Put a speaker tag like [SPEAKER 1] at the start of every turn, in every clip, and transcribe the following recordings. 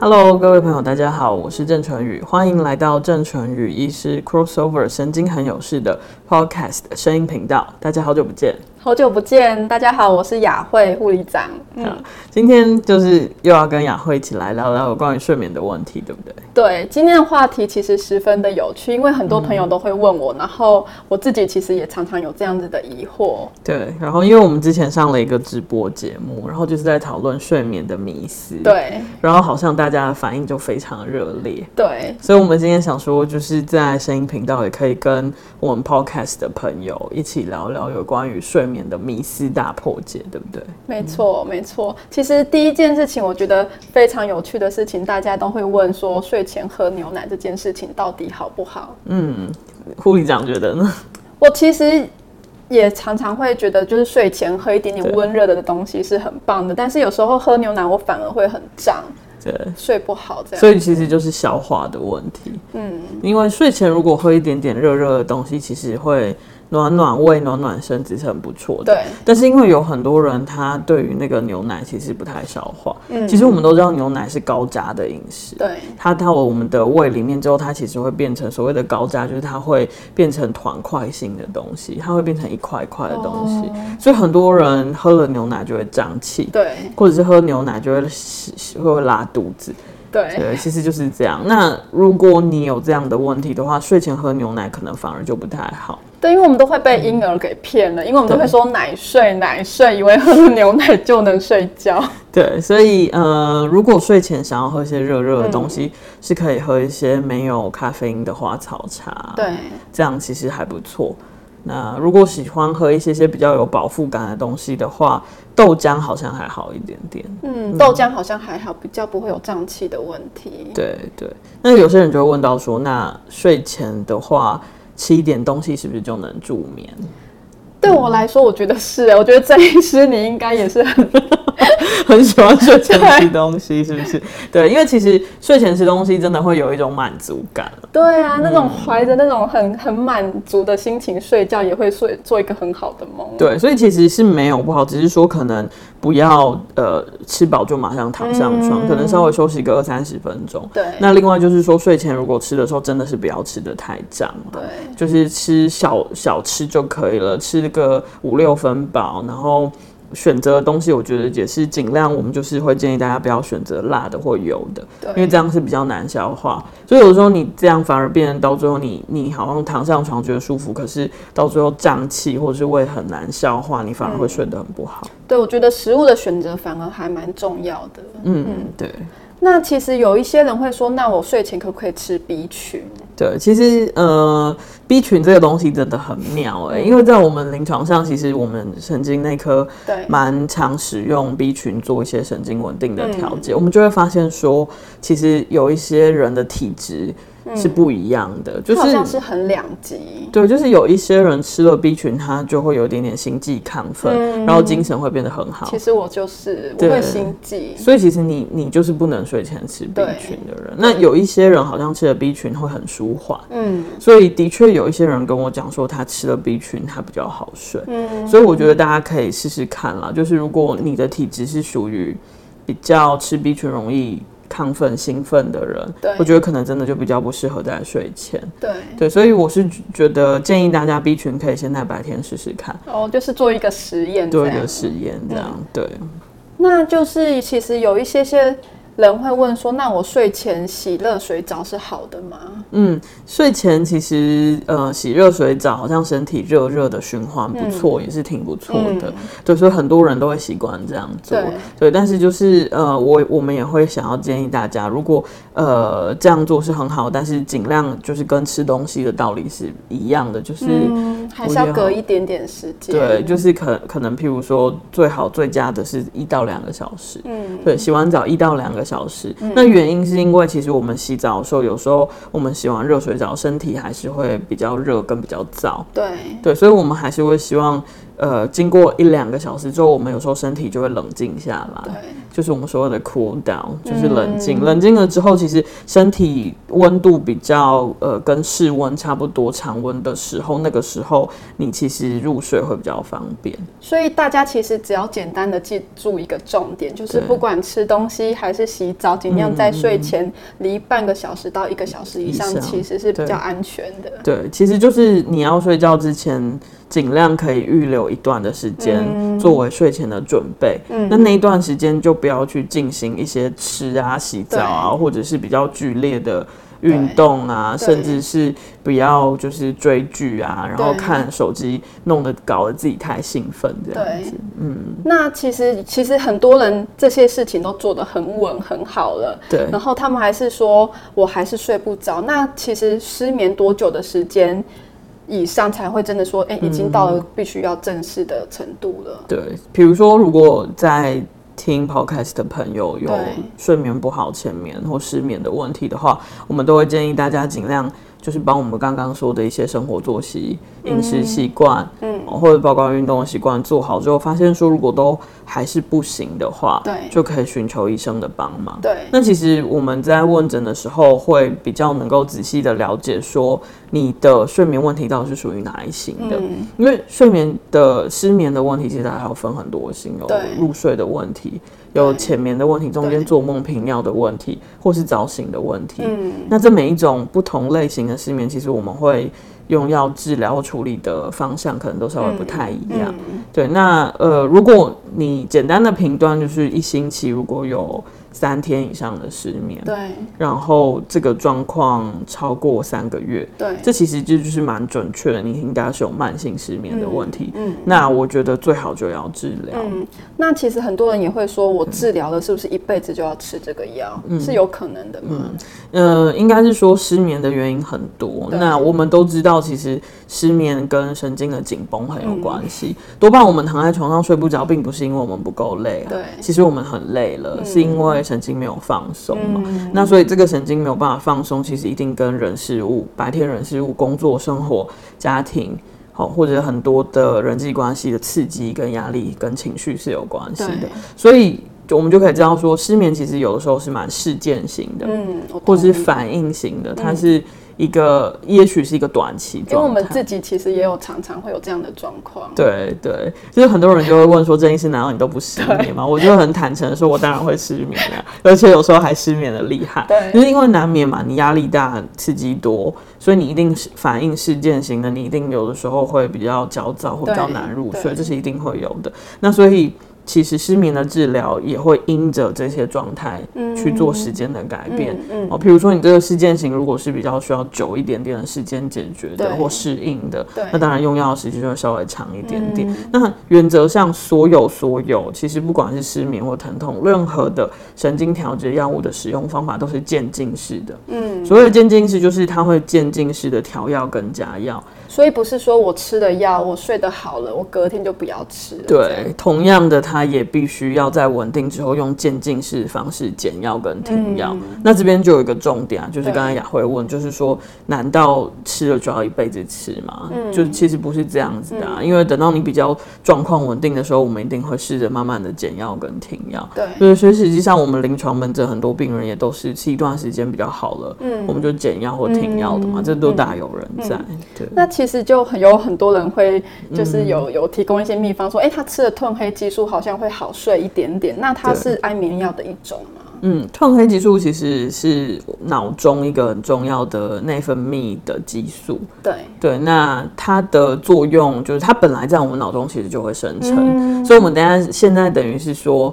[SPEAKER 1] Hello，各位朋友，大家好，我是郑淳宇，欢迎来到郑淳宇医师 Crossover 神经很有事的 Podcast 声音频道。大家好久不见，
[SPEAKER 2] 好久不见，大家好，我是雅慧护理长。嗯，
[SPEAKER 1] 今天就是又要跟雅慧一起来聊聊有关于睡眠的问题，对不对？
[SPEAKER 2] 对，今天的话题其实十分的有趣，因为很多朋友都会问我，然后我自己其实也常常有这样子的疑惑。
[SPEAKER 1] 对，然后因为我们之前上了一个直播节目，然后就是在讨论睡眠的迷思，，
[SPEAKER 2] 对
[SPEAKER 1] 然后好像大家的反应就非常热烈，
[SPEAKER 2] 对
[SPEAKER 1] 所以我们今天想说，就是在声音频道也可以跟我们 podcast 的朋友一起聊聊有关于睡眠的迷思大破解，对不对？
[SPEAKER 2] 没错，
[SPEAKER 1] 嗯
[SPEAKER 2] 没错。其实第一件事情，我觉得非常有趣的事情，大家都会问说，睡前喝牛奶这件事情到底好不好？
[SPEAKER 1] 护理长觉得呢？
[SPEAKER 2] 我其实也常常会觉得，就是睡前喝一点点
[SPEAKER 1] 对
[SPEAKER 2] 温热的东西是很棒的，但是有时候喝牛奶，我反而会很胀，
[SPEAKER 1] 对，
[SPEAKER 2] 睡不好这样。
[SPEAKER 1] 所以其实就是消化的问题。嗯，因为睡前如果喝一点点热热的东西，其实会暖暖胃、暖暖身子是很不错的。
[SPEAKER 2] 对。
[SPEAKER 1] 但是因为有很多人他对于那个牛奶其实不太消化，嗯，其实我们都知道牛奶是高渣的饮食，
[SPEAKER 2] 对
[SPEAKER 1] 它到我们的胃里面之后，它其实会变成所谓的高渣，就是它会变成团块性的东西，它会变成一块一块的东西，所以很多人喝了牛奶就会胀气，
[SPEAKER 2] 对
[SPEAKER 1] 或者是喝牛奶就会洗洗会拉肚子，
[SPEAKER 2] 对
[SPEAKER 1] 对，其实就是这样。那如果你有这样的问题的话，睡前喝牛奶可能反而就不太好。
[SPEAKER 2] 对，因为我们都会被婴儿给骗了，因为我们都
[SPEAKER 1] 对
[SPEAKER 2] 会说奶睡奶睡，以为喝了牛奶就能睡 觉。
[SPEAKER 1] 对，所以呃，如果睡前想要喝一些热热的东西，是可以喝一些没有咖啡因的花草茶，
[SPEAKER 2] 对，
[SPEAKER 1] 这样其实还不错。那如果喜欢喝一些些比较有饱腹感的东西的话，豆浆好像还好一点点。
[SPEAKER 2] 嗯，豆浆好像还好，比较不会有胀气的问题。
[SPEAKER 1] 对对，那有些人就会问到说，那睡前的话吃一点东西是不是就能助眠？
[SPEAKER 2] 对我来说，我觉得是，我觉得郑医师你应该也是很
[SPEAKER 1] 很喜欢睡前吃东西，是不是？对，因为其实睡前吃东西真的会有一种满足感。
[SPEAKER 2] 对啊，那种怀着那种很很满足的心情睡觉，也会睡做一个很好的梦。
[SPEAKER 1] 对，所以其实是没有不好，只是说可能不要呃吃饱就马上躺上床，可能稍微休息个二三十分钟。
[SPEAKER 2] 对
[SPEAKER 1] 那另外就是说，睡前如果吃的时候，真的是不要吃的太胀了。
[SPEAKER 2] 对
[SPEAKER 1] 就是吃小小吃就可以了，吃个五六分饱，然后选择的东西，我觉得也是尽量，我们就是会建议大家不要选择辣的或油的，
[SPEAKER 2] 对
[SPEAKER 1] 因为这样是比较难消化。所以有时候你这样反而变成到最后你，你好像躺上床觉得舒服，可是到最后胀气或是胃很难消化，你反而会睡得很不好。
[SPEAKER 2] 对，我觉得食物的选择反而还蛮重要的。
[SPEAKER 1] 嗯，对。
[SPEAKER 2] 那其实有一些人会说，那我睡前可不可以吃 B 群？
[SPEAKER 1] 对，其实呃，B 群这个东西真的很妙哎、因为在我们临床上，其实我们神经内科
[SPEAKER 2] 对
[SPEAKER 1] 蛮常使用 B 群做一些神经稳定的调节，我们就会发现说，其实有一些人的体质是不一样的，就
[SPEAKER 2] 嗯它好像
[SPEAKER 1] 是。
[SPEAKER 2] 是很两极。
[SPEAKER 1] 对，就是有一些人吃了 B 群，他就会有一点点心悸亢奋，然后精神会变得很好
[SPEAKER 2] 嗯其。实我就是我
[SPEAKER 1] 对
[SPEAKER 2] 会心悸，
[SPEAKER 1] 所以其实你你就是不能睡前吃 B
[SPEAKER 2] 对
[SPEAKER 1] 群的人。那有一些人好像吃了 B 群会很舒缓，
[SPEAKER 2] 嗯，
[SPEAKER 1] 所以的确有一些人跟我讲说，他吃了 B 群，他比较好睡。所以我觉得大家可以试试看啦。就是如果你的体质是属于比较吃 B 群容易亢奋、兴奋的人
[SPEAKER 2] 对，
[SPEAKER 1] 我觉得可能真的就比较不适合在睡前。
[SPEAKER 2] 对，
[SPEAKER 1] 对，所以我是觉得建议大家 B 群可以先在白天试试看，
[SPEAKER 2] 哦，就是做一个实验这
[SPEAKER 1] 做
[SPEAKER 2] 样，
[SPEAKER 1] 一个实验，这样、对。
[SPEAKER 2] 那就是其实有一些些人会问说，那我睡前洗热水澡是好的吗？
[SPEAKER 1] 嗯，睡前其实呃洗热水澡，好像身体热热的循环不错，也是挺不错的。对，所以很多人都会习惯这样做。
[SPEAKER 2] 对
[SPEAKER 1] 但是就是呃，我我们也会想要建议大家，如果呃这样做是很好，但是尽量就是跟吃东西的道理是一样的，就是。
[SPEAKER 2] 嗯，还是要隔一点点时间。
[SPEAKER 1] 对，就是可可能，譬如说，最好最佳的是一到两个小时。
[SPEAKER 2] 嗯，
[SPEAKER 1] 对，洗完澡一到两个小时。那原因是因为其实我们洗澡的时候，有时候我们洗完热水澡，身体还是会比较热跟比较燥。
[SPEAKER 2] 对
[SPEAKER 1] 对，所以我们还是会希望，呃，经过一两个小时之后，我们有时候身体就会冷静下来。
[SPEAKER 2] 对
[SPEAKER 1] 就是我们所谓的 cool down，就是冷静。冷静了之后，其实身体温度比较呃跟室温差不多，常温的时候，那个时候你其实入睡会比较方便。
[SPEAKER 2] 所以大家其实只要简单的记住一个重点，就是不管吃东西还是洗澡，尽量在睡前离半个小时到一个小时以
[SPEAKER 1] 以
[SPEAKER 2] 上，
[SPEAKER 1] 上
[SPEAKER 2] 其实是比
[SPEAKER 1] 对
[SPEAKER 2] 较安全的。
[SPEAKER 1] 对，其实就是你要睡觉之前，尽量可以预留一段的时间、
[SPEAKER 2] 嗯
[SPEAKER 1] 作为睡前的准备。那那一段时间就不要去进行一些吃啊、洗澡啊，或者是比较剧烈的运动啊，
[SPEAKER 2] 对
[SPEAKER 1] 甚至是不要就是追剧啊，然后
[SPEAKER 2] 对
[SPEAKER 1] 看手机，弄得搞得自己太兴奋这样子。嗯
[SPEAKER 2] 那其实其实很多人这些事情都做得很稳很好了，
[SPEAKER 1] 对
[SPEAKER 2] 然后他们还是说我还是睡不着。那其实失眠多久的时间以上才会真的说，哎、已经到
[SPEAKER 1] 嗯
[SPEAKER 2] 了必须要正式的程度了？
[SPEAKER 1] 对，比如说，如果在听 podcast 的朋友有
[SPEAKER 2] 对
[SPEAKER 1] 睡眠不好、浅眠或失眠的问题的话，我们都会建议大家尽量就是帮我们刚刚说的一些生活作息、饮食习惯，嗯，或者包括运动的习惯做好之后，发现说如果都还是不行的话，
[SPEAKER 2] 对
[SPEAKER 1] 就可以寻求医生的帮忙。
[SPEAKER 2] 对
[SPEAKER 1] 那其实我们在问诊的时候，会比较能够仔细的了解说你的睡眠问题到底是属于哪一型
[SPEAKER 2] 嗯
[SPEAKER 1] 的，因为睡眠的失眠的问题，其实还要分很多型，有
[SPEAKER 2] 对
[SPEAKER 1] 入睡的问题，有浅眠的问题，中
[SPEAKER 2] 对
[SPEAKER 1] 间做梦频尿的问题，或是早醒的问题。嗯，那这每一种不同类型的失眠，其实我们会用药治疗或处理的方向，可能都稍微不太一
[SPEAKER 2] 嗯
[SPEAKER 1] 样。对，那呃，如果你简单的评断就是一星期如果有三天以上的失眠，
[SPEAKER 2] 对
[SPEAKER 1] 然后这个状况超过三个月，
[SPEAKER 2] 对
[SPEAKER 1] 这其实这就是蛮准确的，你应该是有慢性失眠的问题。
[SPEAKER 2] 嗯
[SPEAKER 1] 那我觉得最好就要治疗。
[SPEAKER 2] 嗯，那其实很多人也会说，我治疗了是不是一辈子就要吃这个药？
[SPEAKER 1] 嗯
[SPEAKER 2] 是有可能的吗？
[SPEAKER 1] 呃，应该是说失眠的原因很多。
[SPEAKER 2] 对
[SPEAKER 1] 那我们都知道，其实失眠跟神经的紧绷很有关系。
[SPEAKER 2] 嗯
[SPEAKER 1] 多半我们躺在床上睡不着，并不是因为我们不够累啊。
[SPEAKER 2] 对嗯
[SPEAKER 1] 其实我们很累了，是因为神经没有放松嘛。那所以这个神经没有办法放松，其实一定跟人事物、白天人事物、工作、生活、家庭。好，或者很多的人际关系的刺激跟压力跟情绪是有关系的
[SPEAKER 2] 对，
[SPEAKER 1] 所以就我们就可以知道说，失眠其实有的时候是蛮事件型的，
[SPEAKER 2] 嗯，我
[SPEAKER 1] 或是
[SPEAKER 2] 同意
[SPEAKER 1] 反应型的，它是一个，也许是一个短期
[SPEAKER 2] 因为我
[SPEAKER 1] 状
[SPEAKER 2] 们
[SPEAKER 1] 态。
[SPEAKER 2] 自己其实也有常常会有这样的状况。
[SPEAKER 1] 对对，就是很多人就会问说，郑医师难道你都不失眠吗？我就很坦诚的说，我当然会失眠啊，而且有时候还失眠的厉害。
[SPEAKER 2] 对
[SPEAKER 1] 就是因为难免嘛，你压力大，刺激多，所以你一定是反应事件型的，你一定有的时候会比较焦躁，会比较
[SPEAKER 2] 对
[SPEAKER 1] 难入
[SPEAKER 2] 对
[SPEAKER 1] 睡，这是一定会有的。那所以其实失眠的治疗也会因着这些状态去做时间的改变。
[SPEAKER 2] 嗯
[SPEAKER 1] 哦，比如说你这个事件型如果是比较需要久一点点的时间解决的
[SPEAKER 2] 对
[SPEAKER 1] 或适应的
[SPEAKER 2] 对，嗯
[SPEAKER 1] 那当然用药的时间就会稍微长一点点。那原则上，所有所有，其实不管是失眠或疼痛，任何的神经调节药物的使用方法都是渐进式的。
[SPEAKER 2] 嗯，
[SPEAKER 1] 所谓的渐进式，就是它会渐进式的调药跟加药。
[SPEAKER 2] 所以不是说我吃了药，我睡得好了，我隔天就不要吃了。这样
[SPEAKER 1] 对，同样的，它也必须要在稳定之后用渐进式方式减药跟停药。那这边就有一个重点啊，就是
[SPEAKER 2] 嗯对
[SPEAKER 1] 刚才雅慧问，就是说，难道吃了就要一辈子吃吗？
[SPEAKER 2] 嗯
[SPEAKER 1] 就其实不是这样子的、啊，因为等到你比较状况稳定的时候，我们一定会试着慢慢的减药跟停药。
[SPEAKER 2] 对
[SPEAKER 1] 对，所以实际上我们临床门诊很多病人也都是吃一段时间比较好了，嗯，我们就减药或停药的
[SPEAKER 2] 嗯
[SPEAKER 1] 嘛，这都大有人在。对，
[SPEAKER 2] 那其实就很有很多人会，
[SPEAKER 1] 嗯
[SPEAKER 2] 就是有有提供一些秘方，说，哎、他吃了褪黑激素好像会好睡一点点。那它是安眠药的一种吗？
[SPEAKER 1] 嗯，褪黑激素其实是脑中一个很重要的内分泌的激素。
[SPEAKER 2] 对，
[SPEAKER 1] 对，那它的作用就是它本来在我们脑中其实就会生成，所以我们等一下现在等于是说。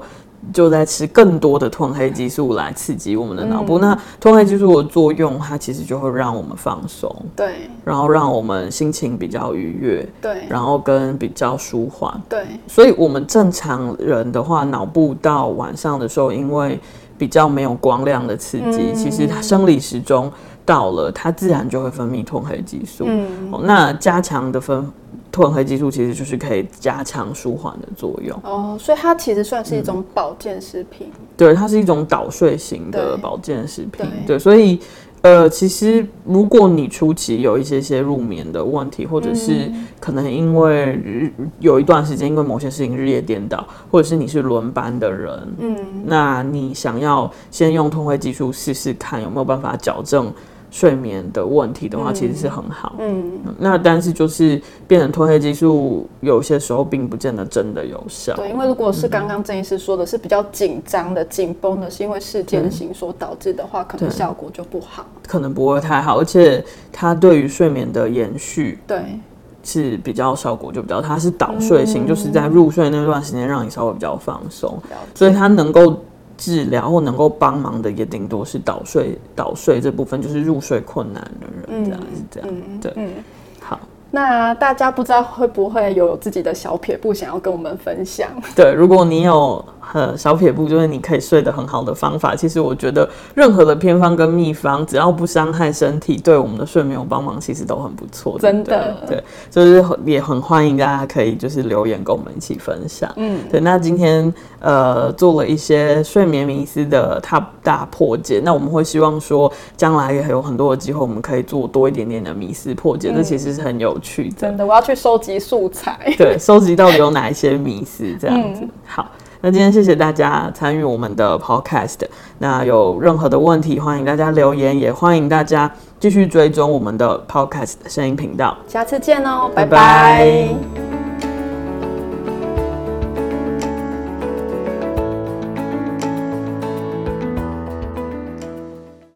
[SPEAKER 1] 就在吃更多的褪黑激素来刺激我们的脑部。那褪黑激素的作用，它其实就会让我们放松，
[SPEAKER 2] 对，
[SPEAKER 1] 然后让我们心情比较愉悦，
[SPEAKER 2] 对，
[SPEAKER 1] 然后跟比较舒缓。
[SPEAKER 2] 对，
[SPEAKER 1] 所以我们正常人的话，脑部到晚上的时候，因为比较没有光亮的刺激，
[SPEAKER 2] 嗯
[SPEAKER 1] 其实它生理时钟到了，它自然就会分泌褪黑激素。
[SPEAKER 2] 嗯，
[SPEAKER 1] 哦那加强的分褪黑激素其实就是可以加强舒缓的作用。
[SPEAKER 2] 哦，所以它其实算是一种保健食品。
[SPEAKER 1] 对，它是一种导睡型的
[SPEAKER 2] 对
[SPEAKER 1] 保健食品。
[SPEAKER 2] 对
[SPEAKER 1] 对，所以。呃，其实如果你初期有一些些入眠的问题，或者
[SPEAKER 2] 嗯
[SPEAKER 1] 是可能因为日有一段时间因为某些事情日夜颠倒，或者是你是轮班的人，嗯，那你想要先用通惠技术试试看有没有办法矫正睡眠的问题的话，其实是很好。
[SPEAKER 2] 嗯，
[SPEAKER 1] 那但是就是变成褪黑激素，有些时候并不见得真的有效。
[SPEAKER 2] 对，因为如果是刚刚郑医师说的是比较紧张的、紧绷的，是因为事件型所导致的话，可能效果就不好。
[SPEAKER 1] 可能不会太好，而且它对于睡眠的延续
[SPEAKER 2] 对，
[SPEAKER 1] 是比较效果就比较，它是导睡
[SPEAKER 2] 嗯
[SPEAKER 1] 型，就是在入睡那段时间让你稍微比较放松，
[SPEAKER 2] 了解
[SPEAKER 1] 所以它能够治疗或能够帮忙的也顶多是导睡导睡这部分，就是入睡困难的人这样、是
[SPEAKER 2] 嗯
[SPEAKER 1] 这样，对，好。
[SPEAKER 2] 那大家不知道会不会有自己的小撇步想要跟我们分享？
[SPEAKER 1] 对，如果你有呃小撇步，就是你可以睡得很好的方法，其实我觉得任何的偏方跟秘方，只要不伤害身体，对我们的睡眠有帮忙，其实都很不错。
[SPEAKER 2] 真
[SPEAKER 1] 对
[SPEAKER 2] 的
[SPEAKER 1] 对，就是很也很欢迎大家可以就是留言跟我们一起分享。嗯，对，那今天呃做了一些睡眠迷思的大大破解，那我们会希望说将来也还有很多的机会，我们可以做多一点点的迷思破
[SPEAKER 2] 嗯
[SPEAKER 1] 解，这其实是很有趣的。
[SPEAKER 2] 真的，我要去收集素材。
[SPEAKER 1] 对，收集到底有哪一些迷思这样子。好，那今天谢谢大家参与我们的 podcast。那有任何的问题，欢迎大家留言，也欢迎大家继续追踪我们的 podcast 声音频道。
[SPEAKER 2] 下次见哦，
[SPEAKER 1] 拜
[SPEAKER 2] 拜
[SPEAKER 1] 拜
[SPEAKER 2] 拜